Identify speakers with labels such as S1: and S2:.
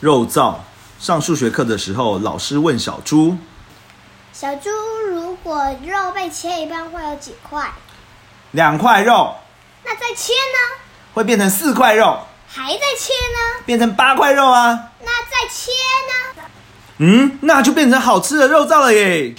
S1: 肉燥。上数学课的时候，老师问小猪
S2: 小猪如果肉被切一半，会有几块？：“
S1: 两块肉
S2: 那再切呢？
S1: 会变成四块肉，
S2: 还在切呢？
S1: 变成八块肉啊？
S2: 那再切呢？
S1: 嗯，那就变成好吃的肉燥了耶！